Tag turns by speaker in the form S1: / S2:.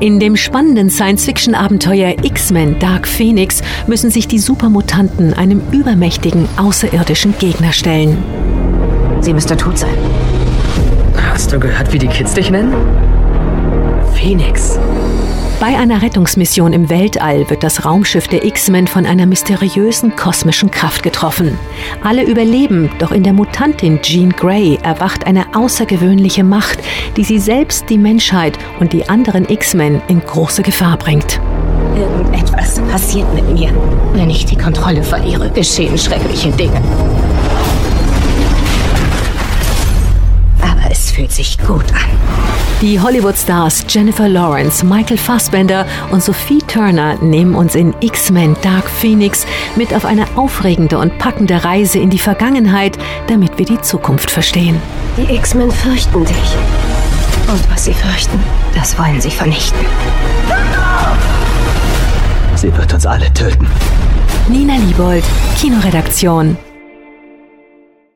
S1: In dem spannenden Science-Fiction-Abenteuer X-Men Dark Phoenix müssen sich die Supermutanten einem übermächtigen außerirdischen Gegner stellen.
S2: Sie müsste tot sein.
S3: Hast du gehört, wie die Kids dich nennen? Phoenix.
S1: Bei einer Rettungsmission im Weltall wird das Raumschiff der X-Men von einer mysteriösen kosmischen Kraft getroffen. Alle überleben, doch in der Mutantin Jean Grey erwacht eine außergewöhnliche Macht, die sie selbst, die Menschheit und die anderen X-Men in große Gefahr bringt.
S2: Irgendetwas passiert mit mir. Wenn ich die Kontrolle verliere, geschehen schreckliche Dinge. Aber es fühlt sich gut an.
S1: Die Hollywood-Stars Jennifer Lawrence, Michael Fassbender und Sophie Turner nehmen uns in X-Men Dark Phoenix mit auf eine aufregende und packende Reise in die Vergangenheit, damit wir die Zukunft verstehen.
S2: Die X-Men fürchten dich. Und was sie fürchten, das wollen sie vernichten.
S4: Sie wird uns alle töten.
S1: Nina Liebold, Kinoredaktion.